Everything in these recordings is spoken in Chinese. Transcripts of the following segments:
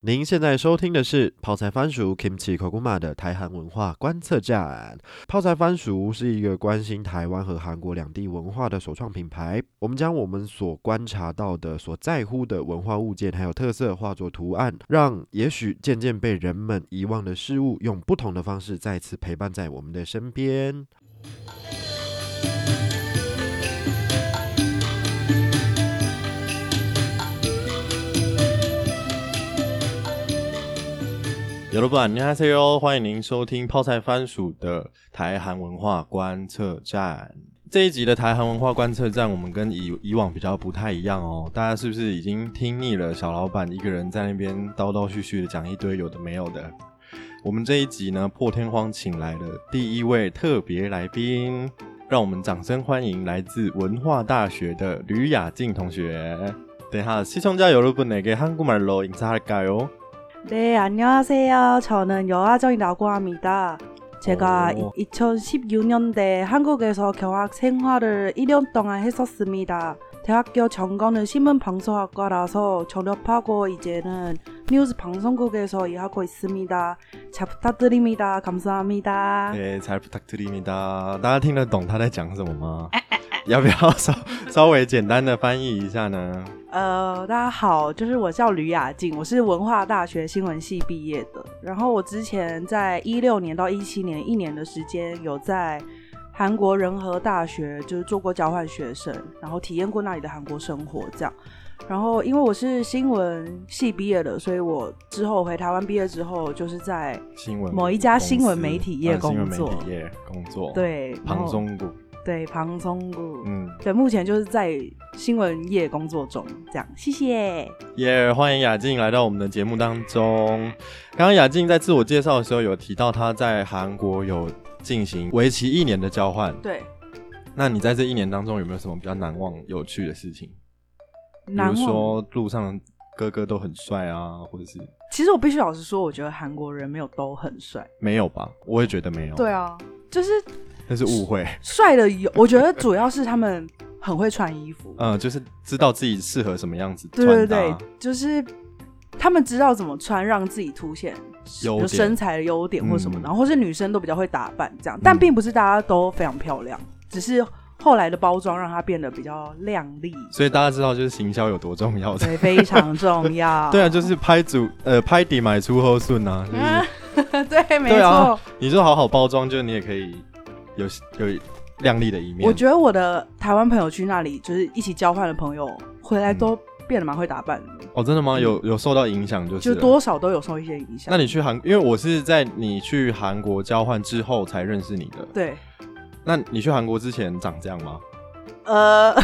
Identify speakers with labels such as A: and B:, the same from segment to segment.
A: 您现在收听的是泡菜番薯 Kimchi Koguma 的台韩文化观测站。泡菜番薯是一个关心台湾和韩国两地文化的首创品牌。我们将我们所观察到的、所在乎的文化物件还有特色化作图案，让也许渐渐被人们遗忘的事物，用不同的方式再次陪伴在我们的身边。
B: 有老板，你好，C.O.，欢迎您收听泡菜番薯的台韩文化观测站。这一集的台韩文化观测站，我们跟以以往比较不太一样哦。大家是不是已经听腻了小老板一个人在那边叨叨絮絮的讲一堆有的没有的？我们这一集呢，破天荒请来了第一位特别来宾，让我们掌声欢迎来自文化大学的吕雅静同学。等一下，시청자여러분에게한국말로인사할까요
C: 네, 안녕하세요. 저는 여하정이라고 합니다. 제가
B: 오.
C: 2016년대 한국에서 경학 생활을 1년 동안 했었습니다. 대학교 전공은 신문방송학과라서 졸업하고 이제는 뉴스 방송국에서 일하고 있습니다. 잘 부탁드립니다. 감사합니다.
B: 对，才不 taktilimida，大家听得懂他在讲什么吗？要不要稍稍微简单的翻译一下呢？
C: 呃，大家好，就是我叫吕雅静，我是文化大学新闻系毕业的。然后我之前在一六年到一七年一年的时间，有在韩国仁和大学就是做过交换学生，然后体验过那里的韩国生活这样。然后因为我是新闻系毕业的，所以我之后回台湾毕业之后，就是在
B: 新闻
C: 某一家
B: 公司
C: 新闻媒体业
B: 啊新闻
C: 工作
B: 媒体业工作，，
C: 对然
B: 庞
C: 后
B: 松谷，
C: 对旁松谷，
B: 嗯，
C: 对，目前就是在新闻业工作中这样。谢谢。
B: 耶、欢迎雅静来到我们的节目当中。刚刚雅静在自我介绍的时候有提到她在韩国有进行为期一年的交换，
C: 对，
B: 那你在这一年当中有没有什么比较难忘、有趣的事情？比
C: 难
B: 如
C: 忘
B: 说路上哥哥都很帅啊，或者是
C: 其实我必须老实说，我觉得韩国人没有都很帅。
B: 没有吧？我也觉得没有。
C: 啊，就是
B: 那是误 会，
C: 帅的有，我觉得主要是他们很会穿衣服。
B: 嗯，就是知道自己适合什么样子
C: 对
B: 穿搭，
C: 对对，就是他们知道怎么穿，让自己凸显
B: 优
C: 有
B: 点
C: 身材的优点或什么，
B: 嗯
C: 然后或是女生都比较会打扮这样，但并不是大家都非常漂亮，只是后来的包装让它变得比较靓 丽，
B: 所以大家知道就是行销有多重要。
C: 对，非常重要。
B: 对啊，就是拍主呃拍底买出后顺啊，就是、
C: 啊 对，没
B: 对
C: 错。
B: 啊你就好好包装，就你也可以有有亮丽的一面。
C: 我觉得我的台湾朋友去那里，就是一起交换的朋友，回来都变得蛮会打扮的，
B: 哦，真的吗？有有受到影响就是
C: 就
B: 了。
C: 多少都有受一些影响。
B: 那你去韩，因为我是在你去韩国交换之后才认识你的。
C: 对，
B: 那你去韩国之前长这样吗？
C: 呃，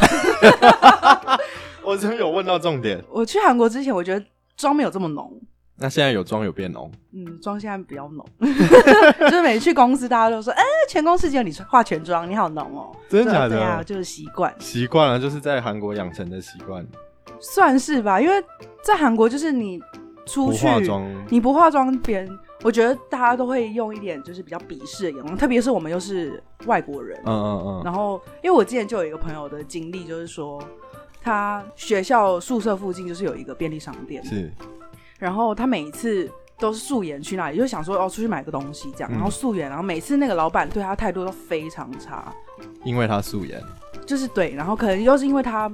B: 我真的有问到重点。
C: 我去韩国之前，我觉得妆没有这么浓，
B: 那现在有妆有变哦浓，
C: 嗯，妆现在比较浓， 就是每次去公司，大家都说，哎、全公司只有你化全妆，你好浓哦、
B: 真的假
C: 对啊，
B: 的？
C: 就是习惯，
B: 习惯了，就是在韩国养成的习惯。
C: 算是吧，因为在韩国就是你出
B: 不
C: 去
B: 化妆，
C: 你不化妆，别人我觉得大家都会用一点就是比较鄙视的眼光，特别是我们又是外国人，
B: 嗯嗯嗯，
C: 然后，因为我之前就有一个朋友的经历，就是说，他学校宿舍附近就是有一个便利商店，
B: 是
C: 然后他每一次都是素颜去那里，就想说哦出去买个东西这样，
B: 嗯
C: 然后素颜，然后每次那个老板对他态度都非常差，
B: 因为他素颜，
C: 就是对，然后可能又是因为他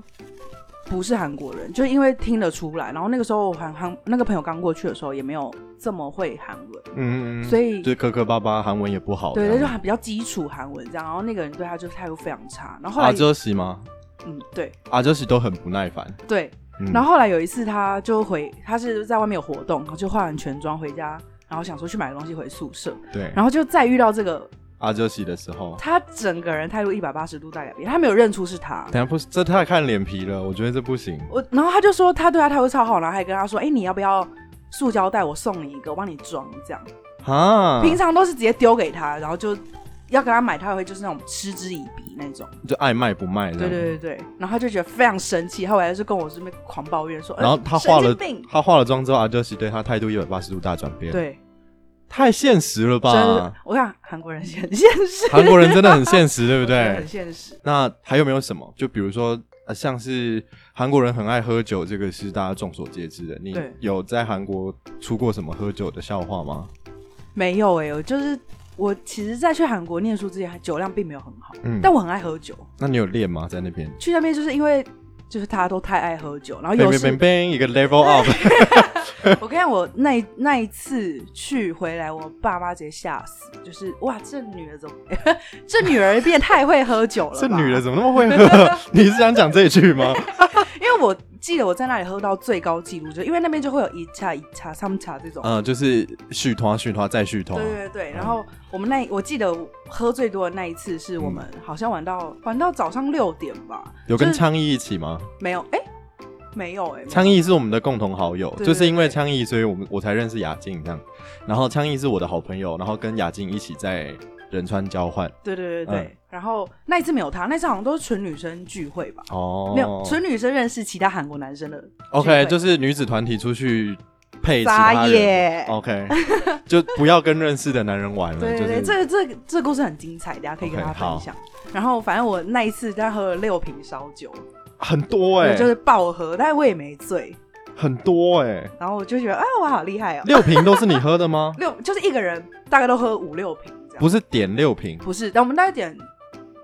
C: 不是韩国人，就是因为听得出来，然后那个时候韩韩那个朋友刚过去的时候也没有这么会韩文，
B: 嗯嗯嗯，
C: 所以
B: 就是磕磕巴巴，韩文也不好这
C: 对，
B: 样，
C: 他就还比较基础韩文这样，然后那个人对他就态度非常差，然后后来、
B: 阿哲喜吗？
C: 嗯对
B: 阿哲喜都很不耐烦，
C: 对，
B: 嗯
C: 然后后来有一次，他就回，他是在外面有活动，然后就化完全妆回家，然后想说去买个东西回宿舍，
B: 对，
C: 然后就再遇到这个，
B: 阿哲喜的时候，
C: 他整个人态度一百八十度大改变，他没有认出是他。
B: 等下不是这太看脸皮了，我觉得这不行，
C: 我，然后他就说他对他态度超好，然后还跟他说，哎、你要不要塑胶袋？我送你一个，我帮你装这样。
B: 哈，
C: 平常都是直接丢给他，然后就要给他买，他会就是那种嗤之以鼻那种。
B: 就爱卖不卖这
C: 对
B: 样，
C: 对对对，然后他就觉得非常生气，后来就跟我这边狂抱怨说，呃
B: 然后他化了
C: 神经病
B: 他化了妆之后，阿哲喜对他态度一百八十度大转变，，
C: 对，
B: 太现实了
C: 真的
B: 吧？，
C: 我看韩国人很现实。
B: 韩国人真的很现实，对不对
C: 很？现实。
B: 那还有没有什么？就比如说呃像是韩国人很爱喝酒，这个是大家众所皆知的。你
C: 对
B: 有在韩国出过什么喝酒的笑话吗？
C: 没有哎、我就是我其实，在去韩国念书之前，酒量并没有很好，
B: 嗯
C: 但我很爱喝酒。
B: 那你有练吗？在那边？
C: 去那边就是因为就是大家都太爱喝酒，然后
B: 变
C: 呃有
B: 变
C: 时
B: 变变，一个 level up，
C: 我跟你讲，我那一那一次去回来，我爸妈直接吓死，就是哇，这女儿怎么， 这女儿变太会喝酒 了。
B: 这女的，怎么那么会 喝？你是想讲这一句吗？
C: 因为我记得我在那里喝到最高纪录，就因为那边就会有一茶一茶三茶这种。
B: 嗯，就是续团、续团再续团
C: 对。对对，然后我们那我记得喝最多的那一次是我们
B: 嗯
C: 好像玩到、玩到早上六点吧，
B: 有跟
C: 就是
B: 昌邑一起吗？
C: 没有哎、没有哎、
B: 昌邑是我们的共同好友，
C: 对
B: 就是因为
C: 对对
B: 昌邑，所以我们我才认识雅静这样。然后昌邑是我的好朋友，然后跟雅静一起在仁川交换。
C: 对对对对，
B: 嗯
C: 然后那一次没有他，那一次好像都是纯女生聚会吧，
B: 哦，
C: 没有纯女生认识其他韩国男生的
B: OK，
C: 聚会
B: 就是女子团体出去配其他
C: 撒
B: 人哦
C: 野。
B: OK，就 不要跟认识的男人玩了。
C: 对对对，
B: 就是
C: 这这个这个故事很精彩，大家可以跟
B: OK，
C: 大家
B: 好
C: 分享。然后反正我那一次大概喝了六瓶烧酒，
B: 很多哎、
C: 我就是爆喝，但我也没醉。
B: 很多哎、
C: 然后我就觉得啊，我好厉害哦，？
B: 六瓶都是你喝的吗
C: 六就是一个人大概都喝五六瓶这样。
B: 不是点六瓶，
C: 不是，但我们大概点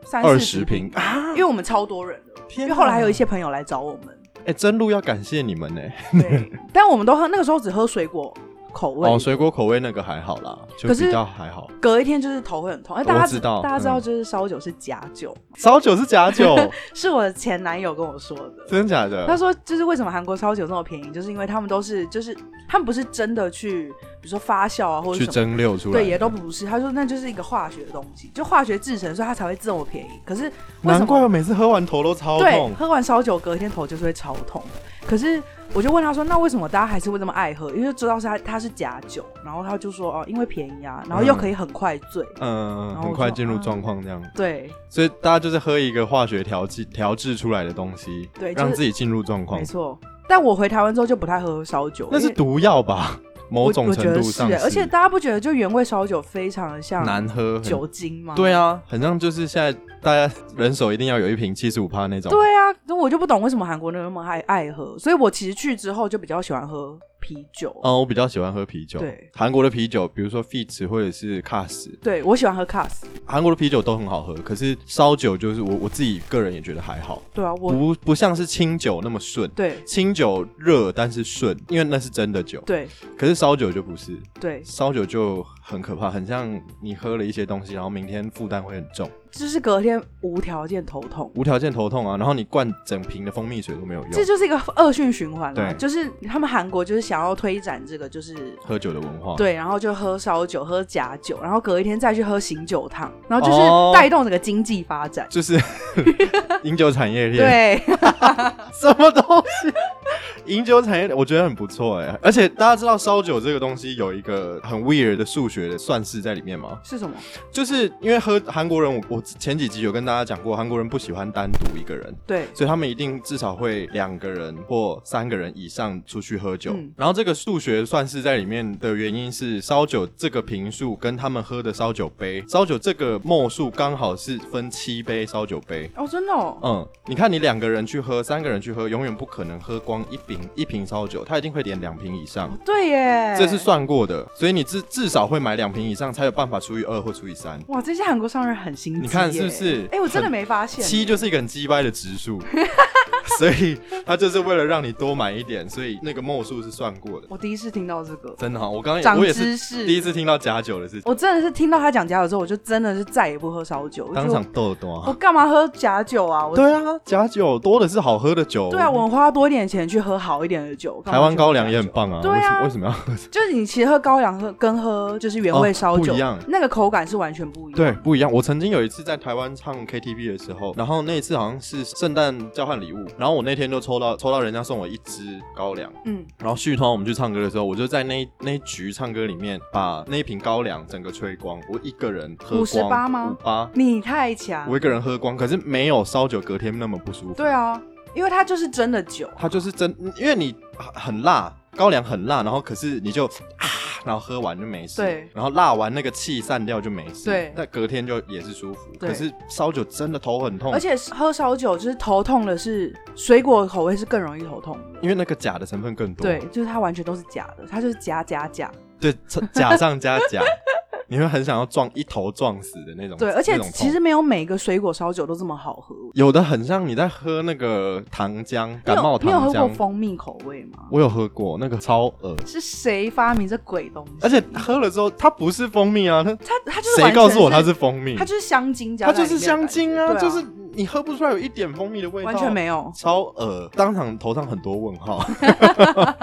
C: 三
B: 二
C: 四
B: 十瓶啊！
C: 因为我们超多人的，
B: 天
C: 因
B: 哪
C: 为后来还有一些朋友来找我们，
B: 哎、真露要感谢你们呢、欸
C: 对，但我们都喝那个时候只喝水果口味
B: 嗯哦，水果口味那个还好啦，就
C: 可是
B: 比较还好。
C: 隔一天就是头会很痛，哎，大家
B: 我知道
C: 大家知道
B: 嗯
C: 就是烧酒是假酒，
B: 烧酒是假 酒，
C: 是我前男友跟我说的。
B: 真的假
C: 他
B: 的？
C: 说，就是为什么韩国烧酒这么便宜，就是因为他们都是，就是他们不是真的去，比如说发酵啊，或者
B: 去
C: 什
B: 蒸
C: 么，
B: 馏出来，
C: 对，也都不是。他说那就是一个化学的东西，就化学制成，所以它才会这么便宜。可是为什
B: 难怪
C: 么
B: 我每次喝完头都超
C: 对
B: 痛。
C: 喝完烧酒隔一天头就是会超痛？可是我就问他说，那为什么大家还是会这么爱喝？因为就知道是它它是假酒，然后他就说哦，因为便宜啊，然后又可以很快醉。
B: 嗯，
C: 后
B: 很
C: 我
B: 快
C: 说
B: 进入
C: 啊
B: 状况这样，
C: 对，
B: 所以大家就是喝一个化学调剂调制出来的东西，
C: 对就是
B: 让自己进入状况
C: 没。错。但我回台湾之后就不太喝烧酒，
B: 那
C: 因
B: 是
C: 为
B: 毒药吧？某
C: 我
B: 种
C: 我
B: 程
C: 觉得
B: 度上
C: 是欸而且大家不觉得就原味烧酒非常的像
B: 难喝，很
C: 酒精吗？
B: 对啊，很像就是现在大家人手一定要有一瓶七十五帕那种。
C: 对啊，那我就不懂为什么韩国人那么爱爱喝，所以我其实去之后就比较喜欢喝啤酒。
B: 嗯，我比较喜欢喝啤酒。
C: 对，
B: 韩国的啤酒，比如说 Fitz 或者是 Cass，
C: 对，我喜欢喝 Cass。
B: 韩国的啤酒都很好喝。可是烧酒就是我我自己个人也觉得还好，
C: 对啊，我
B: 不不像是清酒那么顺。
C: 对
B: 清酒热但是顺，因为那是真的酒。
C: 对
B: 可是烧酒就不是，
C: 对，
B: 烧酒就很可怕，很像你喝了一些东西，然后明天负担会很重，
C: 就是隔天无条件头痛，
B: 无条件头痛啊。然后你灌整瓶的蜂蜜水都没有用，
C: 这就是一个恶性循环了、
B: 对
C: 就是他们韩国就是想要推展这个，就是。
B: 喝酒的文化。
C: 对，然后就喝烧酒、喝假酒，然后隔一天再去喝醒酒汤，然后就是
B: 哦
C: 带动整个经济发展。
B: 就是 饮酒产业链，
C: 对，
B: 什么东西？饮酒产业链我觉得很不错哎、而且大家知道烧酒这个东西有一个很 weird 的数学的算式在里面吗？
C: 是什么？
B: 就是因为喝韩国人，我我前几集有跟大家讲过，韩国人不喜欢单独一个人，
C: 对，
B: 所以他们一定至少会两个人或三个人以上出去喝酒。
C: 嗯
B: 然后这个数学算式在里面的原因是，烧酒这个瓶数跟他们喝的烧酒杯，烧酒这个末数刚好是分七杯烧酒杯。
C: 哦，真的哦，
B: 嗯，你看你两个人去喝，三个人去喝，永远不可能喝光一瓶一瓶烧酒，他一定会点两瓶以上，
C: 对耶，
B: 这是算过的。所以你至至少会买两瓶以上，才有办法除以二或除以三。
C: 哇，这些韩国商人很心机耶，
B: 你看是不是
C: 哎，我真的
B: 很
C: 没发现耶，
B: 七就是一个很鸡掰的植 数，所以他就是为了让你多买一点，所以那个末数是算过的。
C: 我第一次听到这个，
B: 真的哈、我刚刚
C: 长
B: 也我也是
C: 知识。
B: 第一次听到假酒的事情，
C: 我真的是听到他讲假酒之后，我就真的是再也不喝烧酒。我
B: 当
C: 就
B: 场豆豆
C: 我
B: 啊！
C: 干嘛喝假酒啊？我
B: 对啊，假酒多的是好喝的酒。
C: 对啊，我花多一点钱去喝好一点的酒。干嘛
B: 台湾
C: 去喝
B: 高粱
C: 假
B: 也很
C: 酒，
B: 棒啊，
C: 对啊
B: 为什么为什么要喝？
C: 就是你其实喝高粱喝跟喝就是原味
B: 哦
C: 烧
B: 不
C: 酒、
B: 一样
C: 那个口感是完全不一样。
B: 对，，不一样。我曾经有一次在台湾唱 KTV 的时候，然后那一次好像是圣诞交换礼物，然后我那天就抽到抽到人家送我一支高粱，
C: 嗯，
B: 然后续团我们去唱歌的时候，我就在那一那一局唱歌里面把那一瓶高粱整个吹光，我一个人喝光
C: 58吗
B: 八，
C: 你太强
B: 我。一个人喝光，可是没有烧酒隔天那么不舒服。
C: 对，啊，因为它就是真的酒。
B: 它就是真，因为你很辣，高粱很辣，然后可是你就啊然后喝完就没事，
C: 对
B: 然后辣完那个气散掉就没事，
C: 对
B: 但隔天就也是舒服。
C: 对
B: 可是烧酒真的头很痛，
C: 而且喝烧酒就是头痛的是水果口味是更容易头痛的，
B: 因为那个假的成分更多，
C: 对，就是它完全都是假的，它就是假假假，
B: 对， 假上加假，你会很想要撞一头撞死的哦那种，
C: 对，而且
B: 那种痛
C: 其实没有每个水果烧酒都这么好喝。
B: 有的很像你在喝那个糖浆，
C: 你
B: 感冒
C: 有
B: 糖
C: 你有喝过
B: 浆，
C: 蜂蜜口味吗？
B: 我有喝过，那个超恶
C: 是谁发明这鬼东西？
B: 而且喝了之后，它不是蜂蜜啊，它
C: 它它就是
B: 谁
C: 完全
B: 告诉我它是
C: 是
B: 蜂蜜？
C: 它就是香精加
B: 它
C: 在里
B: 就
C: 面的
B: 是
C: 感觉，
B: 香精啊，
C: 对
B: 就是你喝不出来有一点蜂蜜的味道，
C: 完全没有。
B: 超恶，当场头上很多问 号。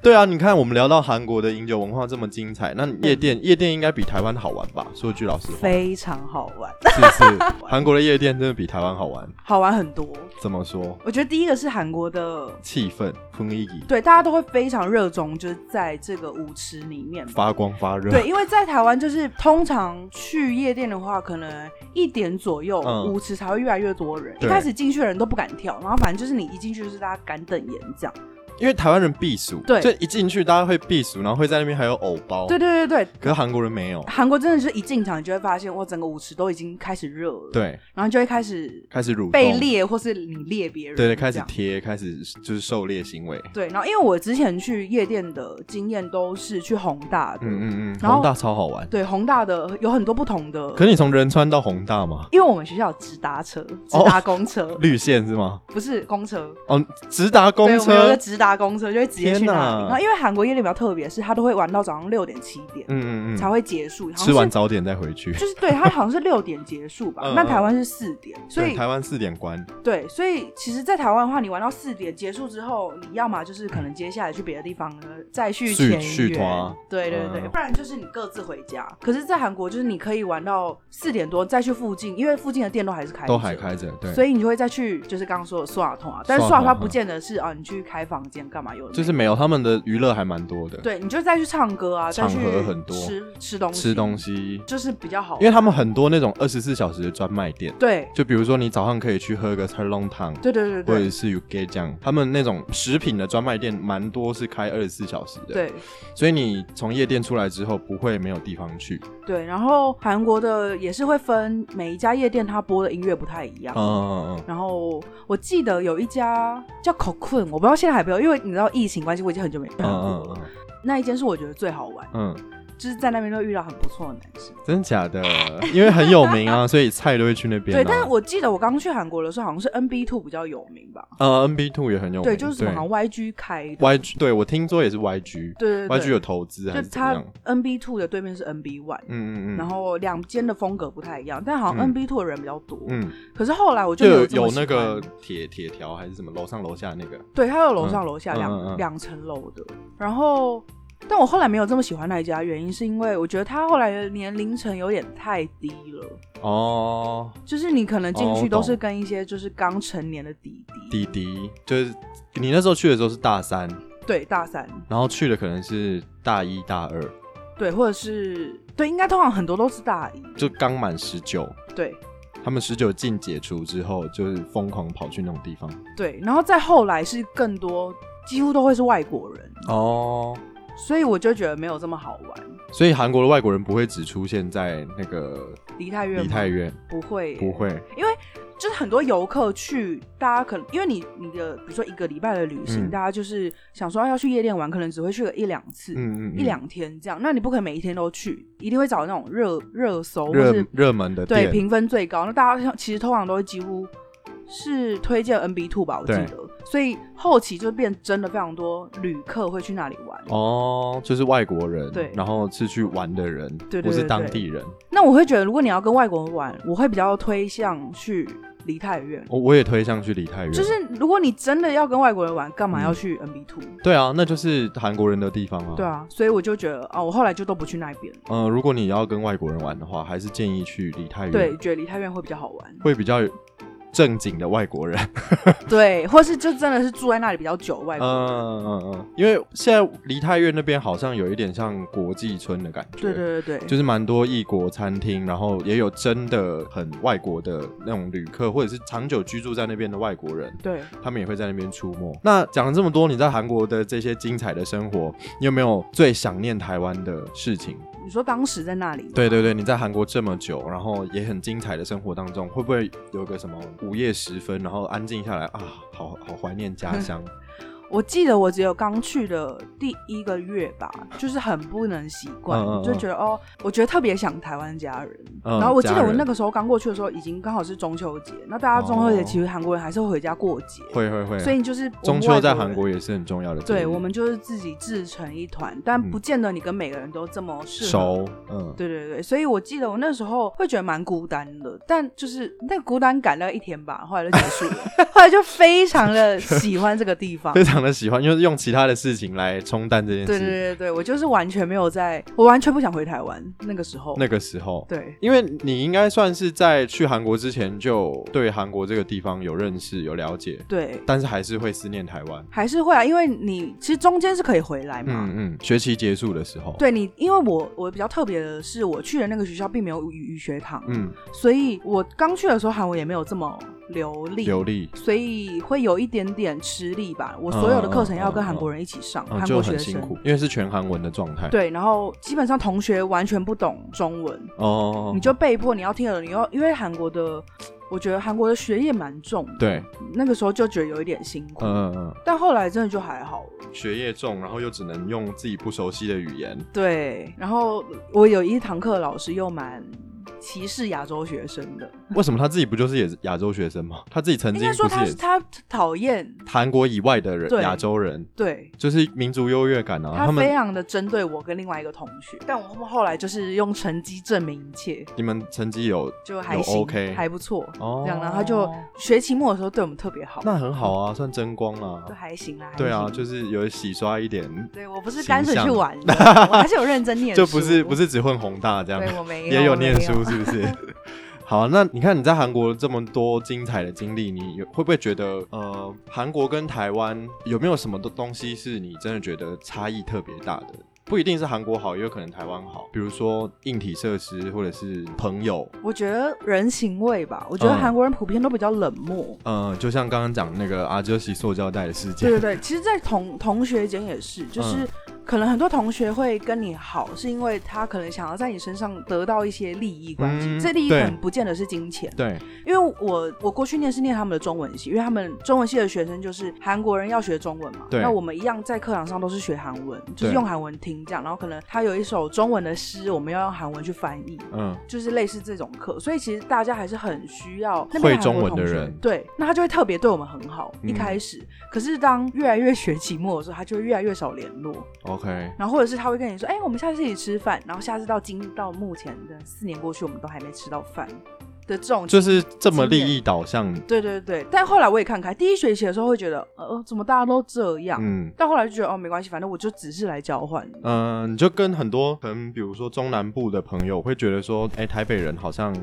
B: 对啊，你看我们聊到韩国的饮酒文化这么精彩，那夜店、
C: 嗯
B: 夜店应该比台湾好玩吧？说句老实话，
C: 非常好玩，
B: 是不是？韩国的夜店真的比台湾好玩？
C: 好玩很多。
B: 怎么说？
C: 我觉得第一个是韩国的，
B: 气氛、氛围、
C: 对大家都会非常热衷，就是在这个舞池里面吧。
B: 发光发热，
C: 对，因为在台湾就是通常去夜店的话，可能一点左右、
B: 嗯
C: 舞池才会越来越多人。一
B: 对
C: 开始进去的人都不敢跳，然后反正就是你一进去就是大家敢等眼这样。
B: 因为台湾人避暑，
C: 对
B: 就一进去大家会避暑，然后会在那边还有藕包，
C: 对对对对，
B: 可是韩国人没有，
C: 韩国真的是一进场你就会发现，哇，整个舞池都已经开始热了。，
B: 对，
C: 然后就会开始
B: 开始蠕动
C: 被，猎，或是你猎别人，
B: 对对，开始
C: 这样
B: 贴，开始就是狩猎行为，
C: 对，然后因为我之前去夜店的经验都是去宏大的，
B: 嗯嗯嗯，
C: 然后
B: 宏大超好玩。
C: 对宏大的有很多不同的，
B: 可是你从仁川到宏大吗？
C: 因为我们学校有直达车、直达
B: 哦
C: 公车，
B: 绿线是吗？
C: 不是公车，
B: 哦，直达公
C: 对，我们有一
B: 车
C: 个，直达公车就会直接去
B: 天
C: 那
B: 哪
C: 里。然后因为韩国夜店比较特别，是它都会玩到早上六点七点、
B: 嗯嗯
C: 才
B: 嗯，
C: 会结束，好像
B: 吃完
C: 是
B: 早点再回去。
C: 就是对它好像是六点结束吧，
B: 嗯
C: 那
B: 嗯
C: 台湾是四点，所
B: 对
C: 以
B: 台湾四点关，
C: 对，所以其实，在台湾的话，你玩到四点结束之后，你要么就是可能接下来去别的地方呢，再续
B: 续
C: 前
B: 续
C: 缘
B: 团
C: 对对对，
B: 嗯
C: 不然就是你各自回家。可是，在韩国就是你可以玩到四点多再去附近，因为附近的店都还是开，
B: 都还。开着，对，
C: 所以你就会再去，就是刚刚说的刷牙通啊，但是
B: 刷
C: 刷
B: 牙通
C: 牙它不见得是啊，你去开房间干嘛有的没的？
B: 就是没有他们的娱乐还蛮多的，，
C: 对，你就再去唱歌啊，再
B: 场
C: 去
B: 合很多
C: 吃吃东西，
B: 吃东西，
C: 就是比较好玩，
B: 因为他们很多那种二十四小时的专卖店，
C: 对
B: 就比如说你早上可以去喝个 c h a l o n g t a n
C: 对对对
B: 或者
C: 对
B: 是 u g a 酱，他们那种食品的专卖店蛮多是开二十四小时的，，
C: 对。
B: 所以你从夜店出来之后不会没有地方去，
C: 对，然后韩国的也是会分每一家夜店，它播的音乐不太一样。
B: 嗯嗯嗯，
C: 然后我记得有一家叫 Cocoon，我不知道现在还有没有，因为你知道疫情关系，我已经很久没去韩
B: 嗯
C: 国了。
B: 嗯
C: 那一间是我觉得最好玩，
B: 嗯嗯，
C: 就是在那边都遇到很不错的男生。
B: 真假的， 因为很有名啊， 所以菜都会去那边、啊。
C: 对，但是我记得我刚去韩国的时候，好像是 NB Two 比较有名吧？
B: 呃，NB Two 也很有名，
C: 对，就是什么好像 YG 开的。
B: YG，对我听说也是 YG，
C: 对对对
B: YG 有投资还
C: 就是
B: 怎么
C: 它
B: 样？
C: NB Two 的对面是 NB One，、
B: 嗯嗯嗯，
C: 然后两间的风格不太一样，但好像
B: 嗯
C: NB Two 的人比较多。
B: 嗯，
C: 可是后来我就
B: 就
C: 没有
B: 有
C: 这么
B: 有
C: 喜
B: 那个
C: 欢
B: 铁铁条还是什么，楼上楼下那个，
C: 对，它有楼上楼下
B: 嗯
C: 两、
B: 嗯嗯
C: 两层楼的。然后，但我后来没有这么喜欢那一家，原因是因为我觉得它后来的年龄层有点太低了，
B: 哦，
C: 就是你可能进
B: 哦
C: 去
B: 我
C: 都
B: 懂
C: 是跟一些就是刚成年的弟弟，
B: 滴滴，就是你那时候去的时候是大三，
C: 对大三，
B: 然后去的可能是大一大二，
C: 对，或者是对，应该通常很多都是大一，
B: 就刚满十九，
C: 对
B: 他们十九禁解除之后，就是疯狂跑去那种地方。
C: 对，然后再后来是更多，几乎都会是外国人，
B: 哦，
C: 所以我就觉得没有这么好玩。
B: 所以韩国的外国人不会只出现在那个
C: 梨泰院吗，
B: 梨泰院，
C: 不会耶，
B: 不会，
C: 就是很多游客去，大家可能因为你你的比如说一个礼拜的旅行，
B: 嗯
C: 大家就是想说啊要去夜店玩，可能只会去个一两次、
B: 嗯嗯，嗯
C: 一两天这样。那你不可能每一天都去，一定会找那种热热搜或
B: 热
C: 是
B: 热门的
C: 对
B: 店，
C: 评分最高。那大家像其实通常都会几乎是推荐 NB Two 吧，我记
B: 对
C: 得。所以后期就变真的非常多旅客会去那里玩。
B: 哦，就是外国人，
C: 对
B: 然后是去玩的人，
C: 对对
B: 不是
C: 对
B: 当
C: 对
B: 地人。
C: 那我会觉得，如果你要跟外国人玩，我会比较推向去梨泰院。
B: 我我也推上去梨泰院，
C: 就是如果你真的要跟外国人玩，干嘛
B: 嗯
C: 要去 NB Two？、
B: 对啊，那就是韩国人的地方啊。
C: 对，啊，所以我就觉得啊，我后来就都不去那边了。
B: 嗯、如果你要跟外国人玩的话，还是建议去梨泰院，
C: 对，，觉得梨泰院会比较好玩。
B: 会比较正经的外国人。
C: 对，或是就真的是住在那里比较久的外
B: 嗯
C: 国人。
B: 嗯嗯嗯，因为现在梨泰院那边好像有一点像国际村的感觉。
C: 对对对对，
B: 就是蛮多异国餐厅，然后也有真的很外国的那种旅客，或者是长久居住在那边的外国人，
C: 对。
B: 他们也会在那边出没。那讲了这么多，你在韩国的这些精彩的生活，你有没有最想念台湾的事情？
C: 你说当时在那里，
B: 对对对，你在韩国这么久，然后也很精彩的生活当中，会不会有个什么午夜时分，然后安静下来啊，好好怀念家乡？
C: 我记得我只有刚去的第一个月吧，就是很不能习惯，
B: 嗯嗯嗯
C: 就觉得哦，我觉得特别想台湾家人。
B: 嗯
C: 然后我记
B: 家
C: 得
B: 人
C: 我那个时候刚过去的时候，已经刚好是中秋节，那大家中秋
B: 哦
C: 节其实韩国人还是会回家过节，
B: 会会会，
C: 所以就是我
B: 中
C: 们
B: 秋
C: 外
B: 在
C: 人
B: 韩国也是很重要的节日。
C: 对我们就是自己自成一团，但
B: 嗯
C: 不见得你跟每个人都这么适合
B: 熟，嗯，
C: 对对对，所以我记得我那时候会觉得蛮孤单的，但就是那个孤单感大概一天吧，后来就结束 了，后来就非常的喜欢这个地方。
B: 非常的喜欢，因为用其他的事情来冲淡这件事。
C: 对对对对，我就是完全没有在，我完全不想回台湾那个时候。
B: 那个时候，
C: 对
B: 因为你应该算是在去韩国之前就对韩国这个地方有认识、有了解，
C: 对，
B: 但是还是会思念台湾。
C: 还是会啊，因为你其实中间是可以回来嘛。
B: 嗯嗯，学期结束的时候，，
C: 对你，因为我我比较特别的是，我去的那个学校并没有语语学堂，
B: 嗯，
C: 所以我刚去的时候韩文也没有这么流利，
B: 流利，
C: 所以会有一点点吃力吧。我所有的课程要跟韩国人一起上，
B: 嗯，
C: 韩
B: 就
C: 国学
B: 很辛苦
C: 生，
B: 因为是全韩文的状态。，
C: 对，然后基本上同学完全不懂中文，
B: 哦，
C: 你就被迫你要听了，你要因为韩国的，我觉得韩国的学业蛮重的，
B: 对，
C: 那个时候就觉得有一点辛苦，
B: 嗯嗯
C: 但后来真的就还好了。
B: 嗯，学业重，然后又只能用自己不熟悉的语言，
C: 对，然后我有一堂课老师又蛮歧视亚洲学生的，
B: 为什么他自己不就是也是亚洲学生吗？他自己曾
C: 应
B: 经
C: 该
B: 不
C: 说他
B: 是也
C: 他讨厌，
B: 韩国以外的人，
C: 对
B: 亚洲人，
C: 对
B: 就是民族优越感啊，
C: 他
B: 他们
C: 非常的针对我跟另外一个同学，但我们后来就是用成绩证明一切，
B: 你们成绩有
C: 就还
B: 有
C: 行
B: OK
C: 还不错。
B: 哦
C: 这样，然后他就学期末的时候对我们特别好，
B: 那很好啊，算争光啦
C: 就。还行啦。还
B: 对啊，
C: 行
B: 就是有洗刷一点，
C: 对我不是单纯
B: 形
C: 去
B: 象
C: 玩的，我还是有认真念书，
B: 就不是不，是只混宏大这样，
C: 对我没有
B: 也有念
C: 我没
B: 书
C: 有
B: 是不是？ 好，那你看你在韩国这么多精彩的经历，你有会不会觉得呃，韩国跟台湾有没有什么的东西是你真的觉得差异特别大的？不一定是韩国好，也有可能台湾好，比如说硬体设施或者是朋友，
C: 我觉得人情味吧，我觉得
B: 嗯
C: 韩国人普遍都比较冷漠。
B: 呃，就像刚刚讲那个阿哲西塑胶袋的事件，
C: 对对对，其实，在同同学间也是，
B: 嗯
C: 就是可能很多同学会跟你好，是因为他可能想要在你身上得到一些利益关系，
B: 嗯
C: 这利益可
B: 对
C: 能不见得是金钱。
B: 对，
C: 因为我我过去念是念他们的中文系，因为他们中文系的学生就是韩国人要学中文嘛，
B: 对
C: 那我们一样在课堂上都是学韩文，就
B: 对
C: 是用韩文听这样，然后可能他有一首中文的诗，我们要用韩文去翻译。
B: 嗯，
C: 就是类似这种课，所以其实大家还是很需要那边
B: 会中文
C: 韩国同学
B: 的人
C: 对，那他就会特别对我们很好。
B: 嗯
C: 一开始，可是当越来越学期末的时候，他就会越来越少联络。
B: OK，
C: 然后或者是他会跟你说，哎、我们下次一起吃饭。然后下次到今到目前的四年过去，我们都还没吃到饭的这种。
B: 就是这么利益导向，
C: 对对对，但后来我也看开，第一学期的时候会觉得，呃，怎么大家都这样？
B: 嗯。
C: 但后来就觉得，哦，没关系，反正我就只是来交换。
B: 嗯、你就跟很多可能，比如说中南部的朋友会觉得说，哎、台北人好像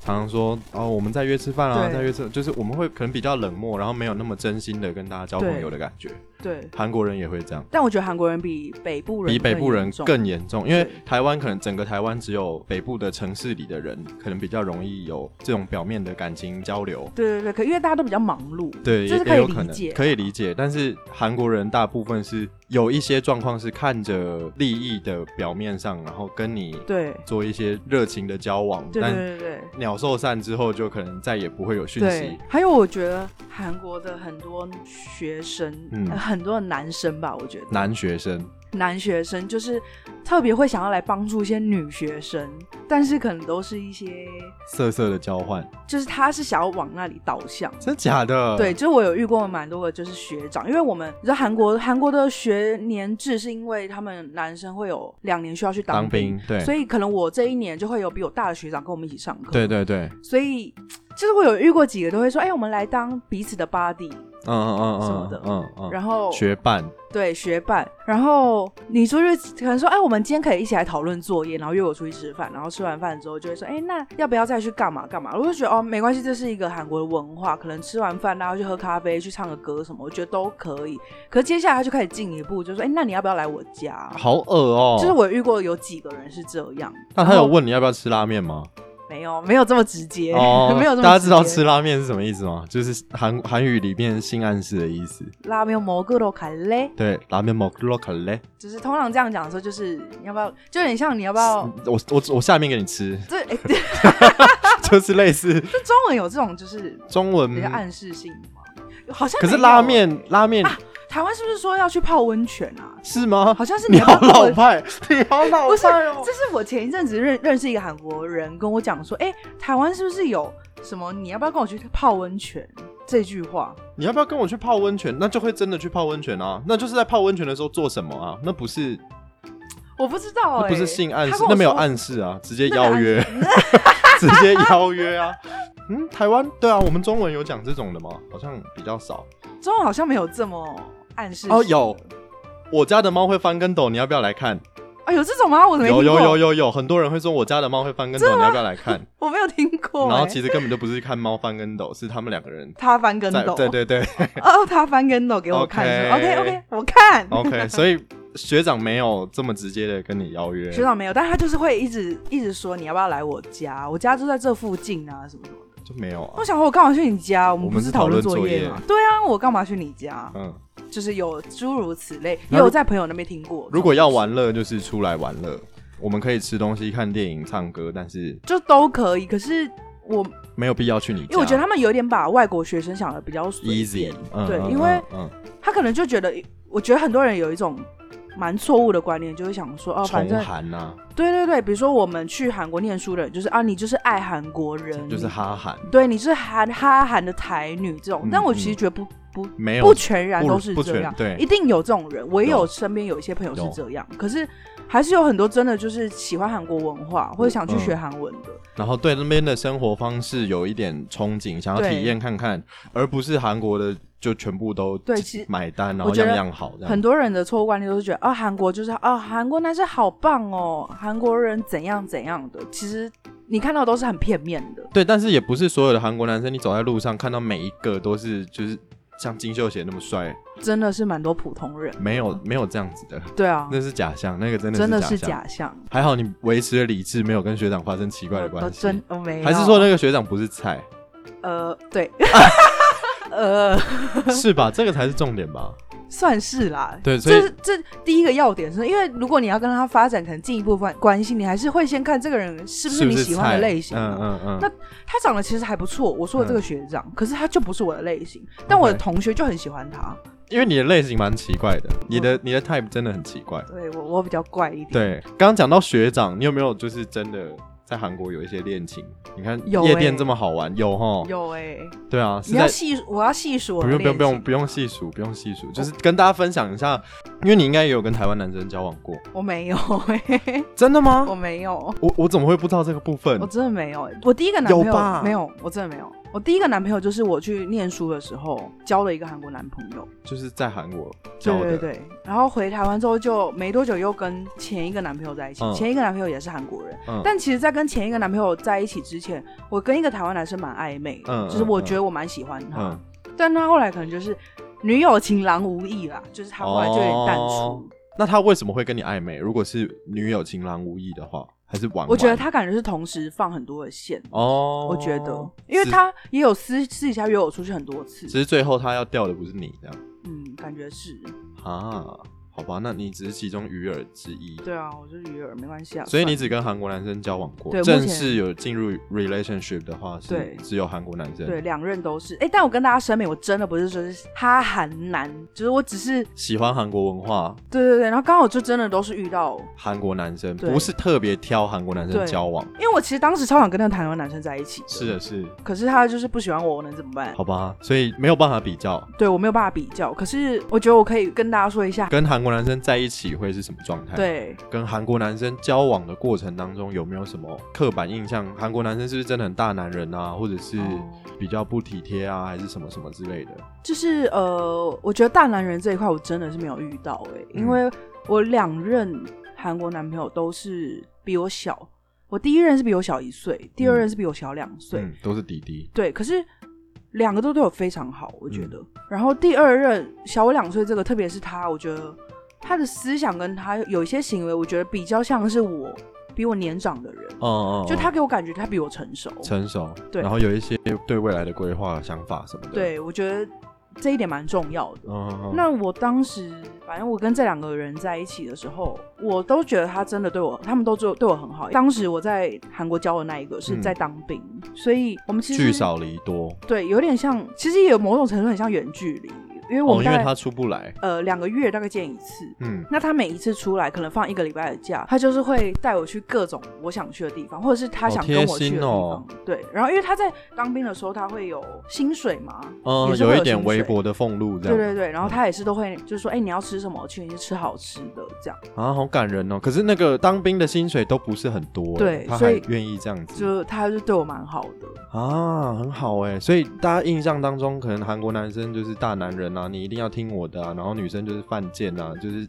B: 常常说，哦，我们在约吃饭啊，
C: 对
B: 在约吃，就是我们会可能比较冷漠，然后没有那么真心的跟大家交朋友的感觉。
C: 对，
B: 韩国人也会这样，
C: 但我觉得韩国人比北部人
B: 比北部人
C: 严重
B: 更严重，因为
C: 对
B: 台湾可能整个台湾只有北部的城市里的人，可能比较容易有这种表面的感情交流。
C: 对对对，可因为大家都比较忙碌，
B: 对，
C: 这
B: 也
C: 是
B: 也
C: 可以
B: 有可
C: 理
B: 能
C: 解，
B: 可以理解。但是韩国人大部分是有一些状况是看着利益的表面上，然后跟你
C: 对
B: 做一些热情的交往，
C: 对对
B: 但
C: 对对
B: 鸟兽散之后，就可能再也不会有讯息
C: 对。。还有，我觉得韩国的很多学生，
B: 嗯
C: 呃很多的男生吧，我觉得
B: 男学生，
C: 男学生就是特别会想要来帮助一些女学生，但是可能都是一些，
B: 色色的交换，
C: 就是他是想要往那里导向。
B: 真假的？
C: 对，，就是我有遇过蛮多个，就是学长，因为我们你知道韩国韩国的学年制是因为他们男生会有两年需要去
B: 当
C: 兵，
B: 兵，对，
C: 所以可能我这一年就会有比我大的学长跟我们一起上课，
B: 对对对，
C: 所以就是我有遇过几个都会说，哎、我们来当彼此的 body，、
B: 嗯嗯嗯嗯，
C: 什么的
B: 嗯嗯，
C: 然后
B: 学伴，
C: 对学伴，然后你出去可能说，哎，我们今天可以一起来讨论作业，然后约我出去吃饭，然后吃完饭之后就会说，哎，那要不要再去干嘛干嘛？我就觉得哦，没关系，这是一个韩国的文化，可能吃完饭大家去喝咖啡、去唱个歌什么，我觉得都可以。可是接下来他就开始进一步，就说，哎，那你要不要来我家？
B: 好恶哦、
C: 就是我遇过有几个人是这样，
B: 那他
C: 然
B: 有
C: 后
B: 问你要不要吃拉面吗？
C: 没有没有这么直接， 没有这么直接
B: 哦大家知道吃拉面是什么意思吗？就是韩韩语里面性暗示的意思。
C: 拉面蘑菇都卡嘞，
B: 对，拉面먹으러갈래？
C: 就是通常这样讲的时候，就是你要不要，就有点像你要不要。
B: 我我我下面给你吃，
C: 这哎， 对
B: 就是类似
C: 这中文有这种就是
B: 中文
C: 比。较暗示性的吗？好像
B: 嗯可是
C: 没有
B: 拉面拉面
C: 啊台湾是不是说要去泡温泉啊？
B: 是吗？
C: 好像是
B: 你
C: 要
B: 好
C: 泡
B: 老
C: 温
B: 派， 你好老
C: 不是
B: 派哦，
C: 这。是我前一阵子认认识一个韩国人跟我讲说，哎、台湾是不是有什么你要不要跟我去泡温泉这句话？
B: 你要不要跟我去泡温泉？那就会真的去泡温泉啊，那就是在泡温泉的时候做什么啊？那不是
C: 我不知道、
B: 那
C: 哎，
B: 不是性暗
C: 他
B: 示
C: 跟，我
B: 那没有
C: 说
B: 暗示啊，直接
C: 那没有
B: 邀
C: 暗
B: 约，直接邀约啊。嗯，台湾对啊，我们中文有讲这种的吗？好像比较少。
C: 中文好像没有这么暗示
B: 哦
C: 性的
B: 有我家的猫会翻跟斗，你要不要来看？
C: 啊有这种吗？我没
B: 有
C: 听
B: 有
C: 过
B: 有，有有，很多人会说我家的猫会翻跟斗，你要不要来 看？
C: 我没有听过、
B: 然后
C: 哎
B: 其实根本就不是看猫翻跟斗，是他们两个人
C: 他翻跟
B: 在
C: 斗，
B: 对对对
C: 哦，他翻跟斗给我看
B: OK
C: ，OK OK，我看。
B: ，OK，所以学长没有这么直接的跟你邀约
C: 学，长没有，但他就是会一直一直说你要不要来我家，我家就在这附近啊，什么什么的。
B: 就没有啊
C: 我。想说，我干嘛去你家？我
B: 我
C: 们
B: 们
C: 不
B: 是
C: 是
B: 讨
C: 讨
B: 论
C: 论
B: 作
C: 作
B: 业
C: 业吗？对啊，我干嘛去你家？
B: 嗯，
C: 就是有诸如此类，
B: 那
C: 也
B: 如
C: 有在朋友那边听过。
B: 如果要玩乐，就是出来玩乐。我们可以吃东西、看电影、唱歌，但是
C: 就都可以，可是我
B: 没有必要去你家。
C: 因为我觉得他们有点把外国学生想的比较随便
B: easy，嗯、
C: 对
B: 嗯
C: 因为
B: 嗯
C: 他可能就觉得，我觉得很多人有一种蛮错误的观念，就会想说哦，
B: 嗯
C: 反
B: 重
C: 正
B: 韩呐、
C: 对对对，比如说我们去韩国念书的人，就是啊，你就是爱韩国人，
B: 就是哈韩，
C: 对，你是韩哈韩的台女这种，
B: 嗯
C: 但我其实觉得不不
B: 没有
C: 不全然都是
B: 不
C: 这样
B: 不，全对
C: 一定有这种人，我也
B: 有
C: 有身边有一些朋友是
B: 有
C: 这样，可是还是有很多真的就是喜欢韩国文化或者想去
B: 嗯
C: 学韩文的，
B: 然后对那边的生活方式有一点憧憬，想要
C: 对
B: 体验看看，而不是韩国的就全部都
C: 对其实
B: 买单，然
C: 我
B: 后
C: 觉
B: 样
C: 得
B: 样好这
C: 很
B: 嗯样。
C: 多人的错误观念都是觉得啊，韩国就是啊，韩国男生好棒哦，韩国人怎样怎样的，其实你看到都是很片面的，
B: 对，但是也不是所有的韩国男生，你走在路上看到每一个都是就是像金秀贤那么帅，
C: 真的是蛮多普通人，
B: 没有没有这样子的，
C: 对啊，
B: 那是假象，嗯那个真的
C: 真的
B: 是
C: 是
B: 象。
C: 假象，
B: 还好你维持了理智，没有跟学长发生奇怪的
C: 我都
B: 关系。
C: 哦真哎我没有，
B: 还是说那个学长不是 菜，
C: 呃， 对， 呃，
B: 是吧？这个才是重点吧。
C: 算是啦。
B: 对所以
C: 这是这第一个要点是，因为如果你要跟他发展，可能进一步关关系，你还是会先看这个人是不
B: 是
C: 你
B: 不是
C: 喜欢
B: 菜
C: 的类型嘛。
B: 嗯嗯嗯。
C: 那他长得其实还不错，我说的这个学长，可是他就不是我的类型，但
B: 嗯 OK
C: 我的同学就很喜欢他。
B: 因为你的类型蛮奇怪
C: 哦
B: 的，你的你的 type 真的很奇怪。
C: 对我，我比较怪一点。，
B: 对，刚刚讲到学长，你有没有就是真的在韩国有一些恋情？你看
C: 有
B: 夜
C: 欸
B: 店这么好玩，有哈？
C: 有哎、
B: 对啊，是
C: 你要
B: 在
C: 细，我要细数我
B: 不
C: 的
B: 用不用不
C: 恋
B: 用
C: 情
B: 不用细数，不用细数，就是跟大家分享一下，因为你应该也有跟台湾男生交往过，
C: 我没有、欸，
B: 真的吗
C: 我？没有。
B: 我我怎么会不知道这个部分
C: 我？真的没有、欸，我第一个男朋
B: 有吧
C: 友没有，我真的没有。我第一个男朋友就是我去念书的时候交了一个韩国男朋友，
B: 就是在韩国交
C: 对对
B: 的，
C: 对。然后回台湾之后就没多久又跟前一个男朋友在一起，
B: 嗯
C: 前一个男朋友也是韩国人。
B: 嗯
C: 但其实，在跟前一个男朋友在一起之前，我跟一个台湾男生蛮暧昧的，
B: 嗯
C: 就是我
B: 嗯
C: 觉得我蛮喜欢他，
B: 嗯，
C: 但他后来可能就是女友情郎无意啦，就是他后来就有点淡出。
B: 哦那他为什么会跟你暧昧？如果是女友情郎无意的话，还是玩玩？
C: 我觉得他感觉是同时放很多的线，
B: 哦，
C: 我觉得，因为
B: 是
C: 他也有私私底下约我出去很多次
B: 只，是最后他要钓的不是你这样。
C: 嗯，感觉是。
B: 啊，好吧，那你只是其中鱼饵之一。
C: 对啊，我是鱼饵，没关系啊。
B: 所以你
C: 算
B: 只跟韩国男生交往过，
C: 对目前
B: 正式有进入 relationship 的话是
C: 对
B: 只有韩国男生。
C: 对，两任都是。哎、但我跟大家声明，我真的不是说是哈韩男，就是我只是
B: 喜欢韩国文化，
C: 对对对，然后刚好就真的都是遇到，
B: 韩国男生
C: 对
B: 不是特别挑韩国男生
C: 对
B: 交往。
C: 因为我其实当时超想跟那个台湾男生在一起的，
B: 是的，是，
C: 可是他就是不喜欢我，我能怎么办？
B: 好吧，所以没有办法比较，
C: 对我没有办法比较，可是我觉得我可以跟大家说一下，
B: 跟韩国男生在一起会是什么状态？，
C: 对，
B: 跟韩国男生交往的过程当中有没有什么刻板印象？韩国男生是不是真的很大男人啊，或者是
C: 哦
B: 比较不体贴啊，还是什么什么之类的？
C: 就是呃，我觉得大男人这一块我真的是没有遇到哎、
B: 嗯
C: 因为我两任韩国男朋友都是比我小，我第一任是比我小一岁，第二任是比我小两岁，
B: 嗯，都是弟弟。
C: 对，可是两个都对我非常好，我
B: 嗯
C: 觉得。然后第二任小我两岁这个，特别是他，我觉得他的思想跟他有一些行为，我觉得比较像是我比我年长的人，
B: 哦哦，
C: 就他给我感觉他比我成熟。
B: 成熟，
C: 对
B: 然后有一些对未来的规划、想法什么的。，
C: 对，我觉得这一点蛮重要的。
B: 嗯，
C: 那我当时，反正我跟这两个人在一起的时候，我都觉得他真的对我，他们都对对我很好。当时我在韩国交的那一个是
B: 嗯
C: 在当兵，所以我们其实
B: 聚少离多，
C: 对，有点像，其实也有某种程度很像远距离，因为我
B: 哦，因
C: 们大
B: 为
C: 概、
B: 他出不来。
C: 呃两个月大概见一次。
B: 嗯，
C: 那他每一次出来，可能放一个礼拜的假，他就是会带我去各种我想去的地方，或者是他
B: 好
C: 想
B: 贴
C: 跟我去的地
B: 心
C: 方。
B: 哦
C: 对，然后因为他在当兵的时候，他会有薪水嘛，
B: 嗯
C: 也，是会
B: 有一
C: 有
B: 点
C: 薪
B: 微
C: 水
B: 薄的俸禄这
C: 对
B: 样。
C: 对对，然后
B: 嗯
C: 他也是都会就是说，哎、你要吃什么，我请你去吃好吃的这样。
B: 啊，好感人哦！可是那个当兵的薪水都不是很多欸，
C: 对
B: 他还
C: 所以
B: 愿意这样子
C: 就他就对我蛮好的，
B: 啊，很好哎。所以大家印象当中，可能韩国男生就是大男人啊，你一定要听我的啊，然后女生就是犯贱啊， 就是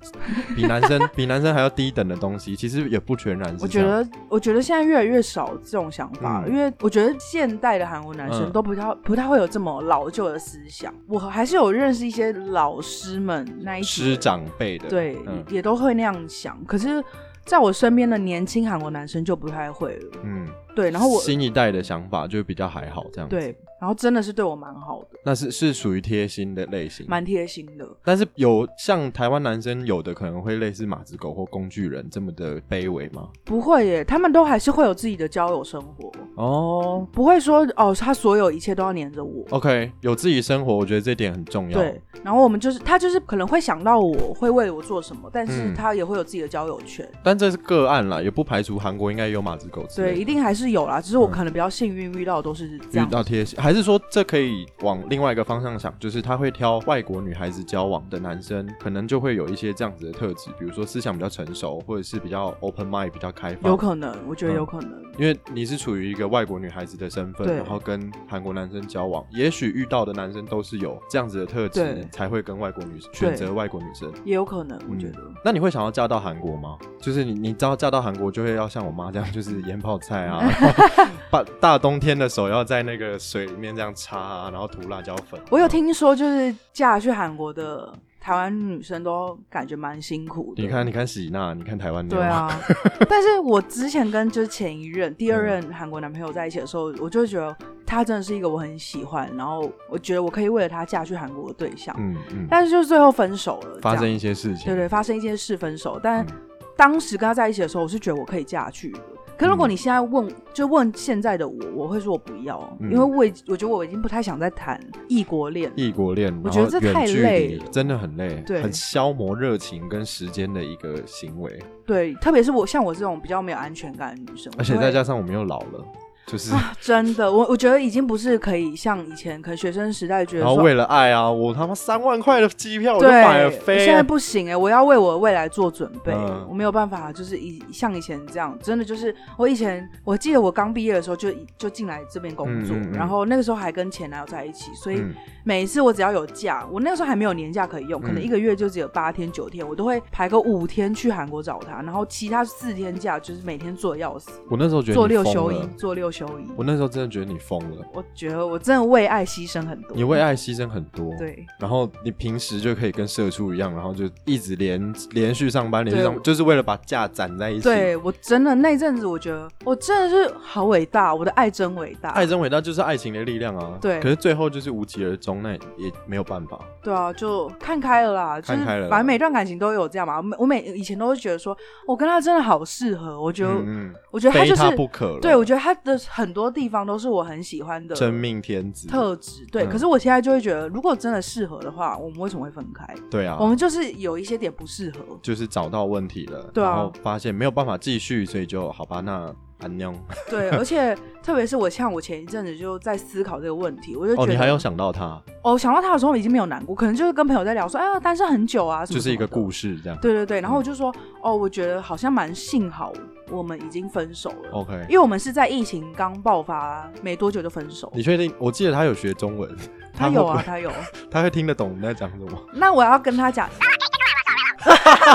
B: 比男生比男生还要低等的东西，其实也不全然是
C: 我
B: 这
C: 觉
B: 样。
C: 得，我觉得现在越来越少这种想法了，
B: 嗯
C: 因为我觉得现代的韩国男生
B: 嗯
C: 都不太、不太会有这么老旧的思想。我还是有认识一些老师们那一级的
B: 师长辈的，
C: 对、
B: 嗯
C: 也都会那样想，可是在我身边的年轻韩国男生就不太会了。
B: 嗯，
C: 对，然后我
B: 新一代的想法就比较还好这样子。，
C: 对，然后真的是对我蛮好的，
B: 那是是属于贴心的类型，
C: 蛮贴心的。
B: 但是有像台湾男生有的可能会类似马子狗或工具人这么的卑微吗？
C: 不会耶，他们都还是会有自己的交友生活，
B: 哦
C: 不会说哦，他所有一切都要黏着我。
B: ，OK，有自己生活，我觉得这点很重要。
C: 对，然后我们就是他就是可能会想到我会为我做什么，但是
B: 嗯
C: 他也会有自己的交友圈，
B: 但这是个案啦，也不排除韩国应该也有马子狗之
C: 对，
B: 类
C: 一
B: 的。
C: 定还是有啦。只是我可能比较幸运遇到的都是这
B: 嗯遇
C: 样，
B: 到贴心，还是说这可以往另外一个方向想，就是他会挑外国女孩子交往的男生，可能就会有一些这样子的特质，比如说思想比较成熟，或者是比较 open mind、比较开放。
C: 有可能，我觉
B: 嗯
C: 得有可能，
B: 因为你是处于一个外国女孩子的身份，
C: 对
B: 然后跟韩国男生交往，也许遇到的男生都是有这样子的特质
C: 对，
B: 才会跟外国女选择外国女生。
C: 也有可能，我觉
B: 嗯
C: 得。
B: 那你会想要嫁到韩国吗？就是你，你知道嫁到韩国就会要像我妈这样，就是腌泡菜 啊，然后把大冬天的手要在那个水里面这样插啊，然后涂辣椒粉。
C: 我有听说，就是嫁去韩国的台湾女生都感觉蛮辛苦的。
B: 你看，你看喜娜，你看台湾妞，
C: 对，啊， 但是我之前跟就是前一任、第
B: 嗯
C: 二任韩国男朋友在一起的时候，我就会觉得他真的是一个我很喜欢，然后我觉得我可以为了他嫁去韩国的对象，
B: 嗯嗯，
C: 但是就是最后分手了，
B: 发
C: 这
B: 生
C: 样
B: 一些事情，
C: 对对，发生一件事分手。但
B: 嗯
C: 当时跟他在一起的时候，我是觉得我可以嫁去的。可如
B: 嗯
C: 果你现在问，就问现在的我，我会说我不要，
B: 嗯
C: 因为我已我觉得我已经不太想再谈异国恋了。
B: 异国恋，
C: 我
B: 然
C: 觉得
B: 后
C: 这
B: 远
C: 太
B: 距
C: 累
B: 离
C: 了
B: 真的很累，
C: 对
B: 很消磨热情跟时间的一个行为，
C: 对，特别是我像我这种比较没有安全感的女生，
B: 而且
C: 我就
B: 再
C: 会
B: 加上我们又老了，就是。
C: 真的，我我觉得已经不是可以像以前，可能学生时代觉得
B: 然后
C: 说
B: 为了爱啊，我他妈三万块的机票哦我就
C: 对，
B: 买了
C: 我
B: 飞啊
C: 现在不行哎、我要为我未来做准备，
B: 嗯
C: 我没有办法，就是以像以前这样，真的就是我以前，我记得我刚毕业的时候就就进来这边工作，
B: 嗯嗯嗯
C: 然后那个时候还跟前男友在一起，所以
B: 嗯
C: 每一次我只要有假，我那个时候还没有年假可以用，可能
B: 嗯
C: 一个月就只有八天九天，我都会排个五天去韩国找他，然后其他四天假就是每天做的要死，
B: 我那时候觉得
C: 做
B: 你
C: 六
B: 疯
C: 休
B: 了
C: 一，做六休一，
B: 我那时候真的觉得你疯了，
C: 我觉得我真的为爱牺牲很多，
B: 你为爱牺牲很多，。
C: 对。
B: 然后你平时就可以跟社畜一样，然后就一直连连续上班，连续上
C: 对
B: 班，就是为了把假攒在一起。，
C: 对我真的那阵子，我觉得我真的是好伟大，我的爱真伟大。
B: 爱真伟大就是爱情的力量啊。
C: 对
B: 可是最后就是无疾而终，那也没有办法。
C: 对啊，就看开了啦，就是
B: 看开了啦
C: 反正每段感情都有这样嘛。我每我每以前都是觉得说，我跟他真的好适合，我觉得、
B: 嗯嗯，
C: 我觉得他
B: 非
C: 就是
B: 他不可了。
C: 对我觉得他的很多地方都是我很喜欢的
B: 真命天子。
C: 特质。对，
B: 嗯
C: 可是我现在就会觉得，如果真的适合的话，我们为什么会分开？
B: 对啊，
C: 我们就是有一些点不适合。
B: 就是找到问题了，
C: 对啊
B: 然后发现没有办法继续，所以就好吧，那安妞。
C: 对，而且特别是我像我前一阵子就在思考这个问题，我就觉
B: 哦，
C: 得
B: 你还有想到他，
C: 哦想到他的时候已经没有难过，可能就是跟朋友在聊说，哎呀，单身很久啊，什么
B: 就是一个
C: 故事。
B: 故事嗯这样。
C: 对对对，然后我就说，哦，我觉得好像蛮幸好我们已经分手了，
B: OK，
C: 因为我们是在疫情刚爆发没多久就分手。
B: 你确定？我记得他有学中文，
C: 他
B: 会
C: 有
B: 不
C: 啊，
B: 会，
C: 他有。
B: 他会听得懂你在讲什么。
C: 那我要跟 他讲，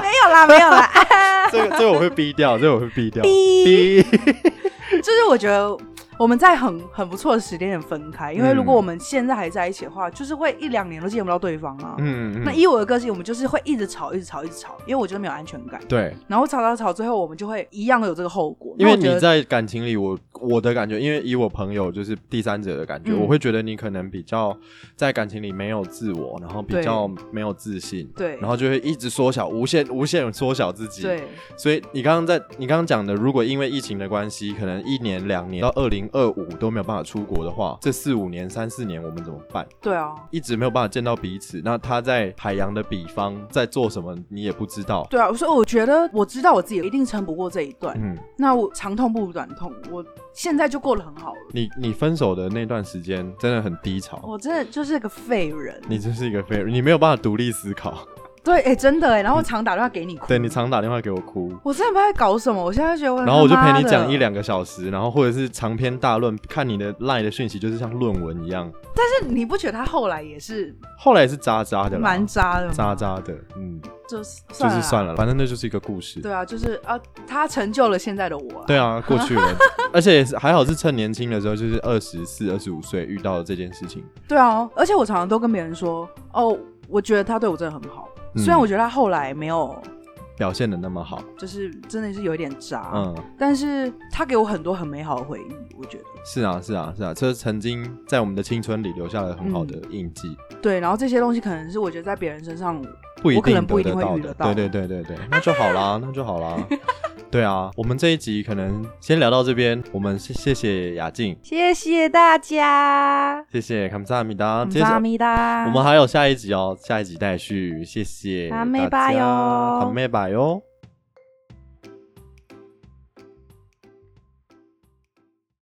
C: 没有啦，没有啦，
B: 这个这个我会逼 掉，这个我会逼掉。逼，
C: 逼。就是我觉得我们在很很不错的时间点分开，因为如果
B: 嗯
C: 我们现在还在一起的话，就是会一两年都见不到对方啊。
B: 嗯
C: 那
B: 嗯，
C: 以我的个性，我们就是会一直吵，一直吵，一直吵，因为我觉得没有安全感。
B: 对，
C: 然后吵吵吵，最后我们就会一样有这个后果。
B: 因为
C: 那我
B: 你
C: 觉得
B: 在感情里，我我的感觉，因为以我朋友就是第三者的感觉，
C: 嗯
B: 我会觉得你可能比较在感情里没有自我，然后比
C: 对
B: 较没有自信，
C: 对
B: 然后就会一直缩小，无限无限缩小自己。，
C: 对
B: 所以你刚刚在你刚刚讲的，如果因为疫情的关系，可能一年两年到二零二五都没有办法出国的话，这四五年三四年我们怎么办？
C: 对啊，
B: 一直没有办法见到彼此，那他在海洋的彼方在做什么，你也不知道。
C: 对啊，所以我觉得我知道我自己一定撑不过这一段。
B: 嗯，
C: 那我长痛不如短痛，我现在就过得很好了。
B: 你你分手的那段时间真的很低潮，
C: 我真的就是个废人，
B: 你就是一个废人，你没有办法独立思考。
C: 对，哎、真的哎、然后常打电话给你哭，
B: 对你常打电话给我哭，
C: 我真的不知道在搞什么，我现在觉得我
B: 然后我就
C: 他妈
B: 陪你讲
C: 的
B: 一两个小时，然后或者是长篇大论，看你的赖的讯息就是像论文一样。
C: 但你不觉得他后来也是
B: 后来也是渣渣的啦，
C: 蛮渣的吗？
B: 渣，渣的，嗯，
C: 就是
B: 就
C: 算
B: 是算
C: 了
B: 了，反正那就是一个故事
C: 啦。。对啊，就是啊，他成就了现在的我、啊。
B: 对啊，过去 了，而且也是还好是趁年轻的时候，就是二十四、二十五岁遇到了这件事情。
C: 对啊，而且我常常都跟别人说，哦，我觉得他对我真的很好，
B: 嗯
C: 虽然我觉得他后来没有，
B: 表现的那么好，
C: 就是真的是有一点渣，
B: 嗯，
C: 但是他给我很多很美好的回忆，我觉得。
B: 是啊，是啊，是啊，这曾经在我们的青春里留下了很好的
C: 嗯
B: 印记，
C: 对，然后这些东西可能是我觉得在别人身上，
B: 不一
C: 我可
B: 定
C: 能不
B: 得
C: 一定
B: 得
C: 会
B: 到
C: 遇
B: 的。
C: 得到
B: 对对对对对，那就好 啦，那就好啦。对啊，我们这一集可能先聊到这边，我们谢谢谢雅静，
C: 谢谢大家，
B: 谢谢卡姆萨米达，接
C: 阿
B: 着。
C: 弥达，
B: 我们还有下一集哦，下一集待续，谢谢
C: 卡妹
B: 大
C: 拜
B: 家
C: 哟
B: 卡妹拜哟。